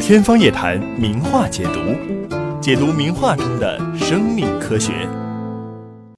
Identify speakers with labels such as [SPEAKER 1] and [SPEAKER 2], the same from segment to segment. [SPEAKER 1] 天方夜谭，名画解读，解读名画中的生命科学。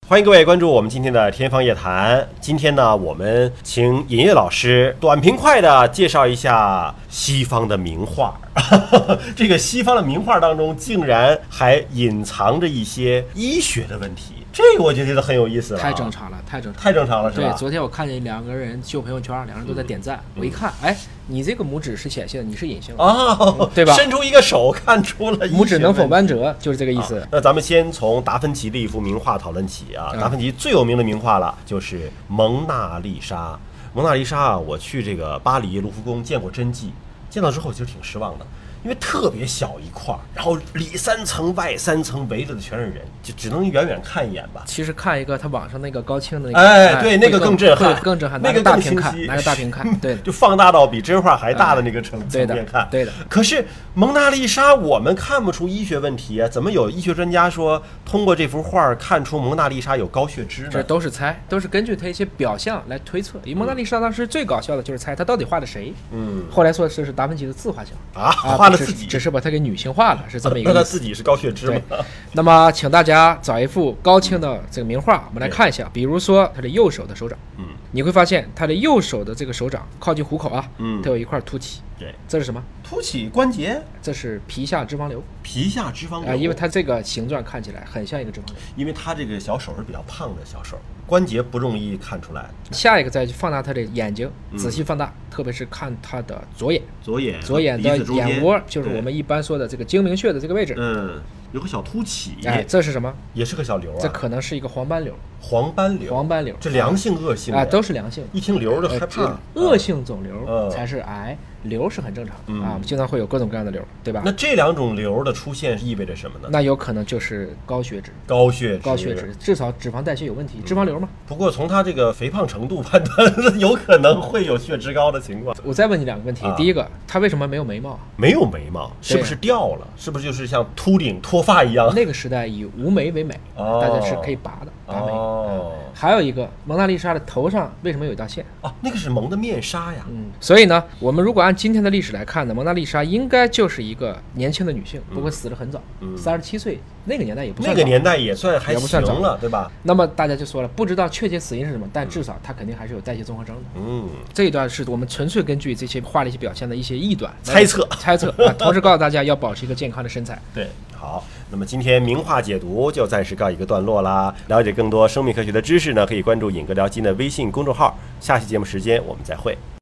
[SPEAKER 2] 欢迎各位关注我们今天的《天方夜谭》。今天呢，我们请尹烨老师短平快的介绍一下西方的名画。 这个西方的名画当中，竟然还隐藏着一些医学的问题，这个我就觉得很有意思了啊。
[SPEAKER 3] 太正常了，太正常了，
[SPEAKER 2] 太正常了是吧嗯
[SPEAKER 3] 对，昨天我看见两个人秀朋友圈，两个人都在点赞，我一看，哎，你这个拇指是显性的，你是隐性的，
[SPEAKER 2] 哦，
[SPEAKER 3] 对吧
[SPEAKER 2] 伸出一个手，看出了医
[SPEAKER 3] 拇指
[SPEAKER 2] 学
[SPEAKER 3] 能
[SPEAKER 2] 问
[SPEAKER 3] 否
[SPEAKER 2] 题啊
[SPEAKER 3] 弯折，就是这个意思。
[SPEAKER 2] 那咱们先从达芬奇的一幅名画讨论起啊。
[SPEAKER 3] 嗯
[SPEAKER 2] 达芬奇最有名的名画了，就是《蒙娜丽莎》。蒙娜丽莎啊，我去这个巴黎卢浮宫见过真迹，见到之后其实挺失望的，因为特别小一块儿，然后里三层外三层围着的全是人，就只能远远看一眼吧。
[SPEAKER 3] 其实看一个他网上那个高清的那个，
[SPEAKER 2] 哎，对，那
[SPEAKER 3] 会
[SPEAKER 2] 个
[SPEAKER 3] 更
[SPEAKER 2] 震撼
[SPEAKER 3] 会，更震撼，
[SPEAKER 2] 那
[SPEAKER 3] 拿
[SPEAKER 2] 个
[SPEAKER 3] 个大
[SPEAKER 2] 更
[SPEAKER 3] 屏
[SPEAKER 2] 清
[SPEAKER 3] 看，
[SPEAKER 2] 晰
[SPEAKER 3] 拿个大屏 看，对的，哎
[SPEAKER 2] 就放大到比真画还大的那个层
[SPEAKER 3] 对
[SPEAKER 2] 层
[SPEAKER 3] 的
[SPEAKER 2] 面看，
[SPEAKER 3] 对的
[SPEAKER 2] 可是《蒙娜丽莎》，我们看不出医学问题啊，怎么有医学专家说通过这幅画儿看出蒙娜丽莎有高血脂
[SPEAKER 3] 这
[SPEAKER 2] 呢？
[SPEAKER 3] 都是猜，都是根据他一些表象来推测。因为蒙娜丽莎当时最搞笑的就是猜他到底画的谁，
[SPEAKER 2] 嗯
[SPEAKER 3] 后来说这是达芬奇的自画像
[SPEAKER 2] 啊 画了
[SPEAKER 3] 只是
[SPEAKER 2] 自己
[SPEAKER 3] 只是把它给女性化了，是这么一个
[SPEAKER 2] 那
[SPEAKER 3] 意
[SPEAKER 2] 他
[SPEAKER 3] 思。
[SPEAKER 2] 自己是高血脂吗
[SPEAKER 3] 对？，那么请大家找一幅高清的这个名画，我们来看一下。比如说他的右手的手掌，
[SPEAKER 2] 嗯，
[SPEAKER 3] 你会发现他的右手的这个手掌靠近虎口啊，
[SPEAKER 2] 嗯
[SPEAKER 3] 它有一块凸起，
[SPEAKER 2] 对，
[SPEAKER 3] 这是什么？
[SPEAKER 2] 凸起关节、
[SPEAKER 3] 这是皮下脂肪瘤
[SPEAKER 2] 皮下脂肪
[SPEAKER 3] 啊、
[SPEAKER 2] 瘤，
[SPEAKER 3] 因为它这个形状看起来很像一个脂肪瘤。
[SPEAKER 2] 因为他这个小手是比较胖的小手，关节不容易看出来。
[SPEAKER 3] 下一个再去放大他的眼睛，
[SPEAKER 2] 嗯
[SPEAKER 3] 仔细放大，特别是看他的左眼，
[SPEAKER 2] 左眼，
[SPEAKER 3] 左眼
[SPEAKER 2] 鼻
[SPEAKER 3] 的
[SPEAKER 2] 嗯子中间
[SPEAKER 3] 眼窝就是
[SPEAKER 2] 对
[SPEAKER 3] 我们一般说的这个睛明穴的这个位置。
[SPEAKER 2] 嗯，有个小凸起，
[SPEAKER 3] 哎，这是什么？
[SPEAKER 2] 也是个小瘤
[SPEAKER 3] 这
[SPEAKER 2] 啊，
[SPEAKER 3] 可能是一个黄斑瘤，
[SPEAKER 2] 黄斑瘤，
[SPEAKER 3] 黄斑瘤
[SPEAKER 2] 这良性恶性
[SPEAKER 3] 啊、
[SPEAKER 2] 呀
[SPEAKER 3] 都是良性的。
[SPEAKER 2] 一听瘤就害
[SPEAKER 3] 呃，
[SPEAKER 2] 怕。
[SPEAKER 3] 这恶性肿瘤
[SPEAKER 2] 嗯
[SPEAKER 3] 才是癌，瘤是很正常的、
[SPEAKER 2] 嗯
[SPEAKER 3] 啊，我们经常会有各种各样的瘤，对吧
[SPEAKER 2] 那？这两种瘤的出现意味着什么呢？
[SPEAKER 3] 那有可能就是高血脂，
[SPEAKER 2] 高血脂，
[SPEAKER 3] 高血脂。至少脂肪代谢有问
[SPEAKER 2] 嗯
[SPEAKER 3] 题，脂肪瘤嘛。
[SPEAKER 2] 不过从他这个肥胖程度判断， 有可能会有血脂高的情况。
[SPEAKER 3] 我再问你两个问题，
[SPEAKER 2] 啊
[SPEAKER 3] 第一个，他为什么没有眉毛啊？
[SPEAKER 2] 没有眉毛，是不是掉了？是不是就是像秃顶脱发一样？
[SPEAKER 3] 那个时代以无眉为美，
[SPEAKER 2] 啊哦
[SPEAKER 3] 大家是可以拔的，拔眉。啊
[SPEAKER 2] 哦
[SPEAKER 3] 还有一个，蒙娜丽莎的头上为什么有一道线？
[SPEAKER 2] 哦，那个是蒙的面纱呀。
[SPEAKER 3] 嗯，所以呢，我们如果按今天的历史来看呢，蒙娜丽莎应该就是一个年轻的女性，不过死得很早
[SPEAKER 2] 嗯，
[SPEAKER 3] 三十七岁，那个年代也不算
[SPEAKER 2] 那个
[SPEAKER 3] 早
[SPEAKER 2] 年代也算还
[SPEAKER 3] 也不
[SPEAKER 2] 行
[SPEAKER 3] 算早
[SPEAKER 2] 了，对吧？
[SPEAKER 3] 那么大家就说了，不知道确切死因是什么，但至少他肯定还是有代谢综合征的。
[SPEAKER 2] 嗯，
[SPEAKER 3] 这一段是我们纯粹根据这些画的一些表现的一些臆断、
[SPEAKER 2] 猜测
[SPEAKER 3] 猜测啊，同时告诉大家要保持一个健康的身材。
[SPEAKER 2] 对，好，那么今天名画解读就暂时告一个段落啦。了解更多生命科学的知识呢，可以关注“尹哥聊基”的微信公众号。下期节目时间我们再会。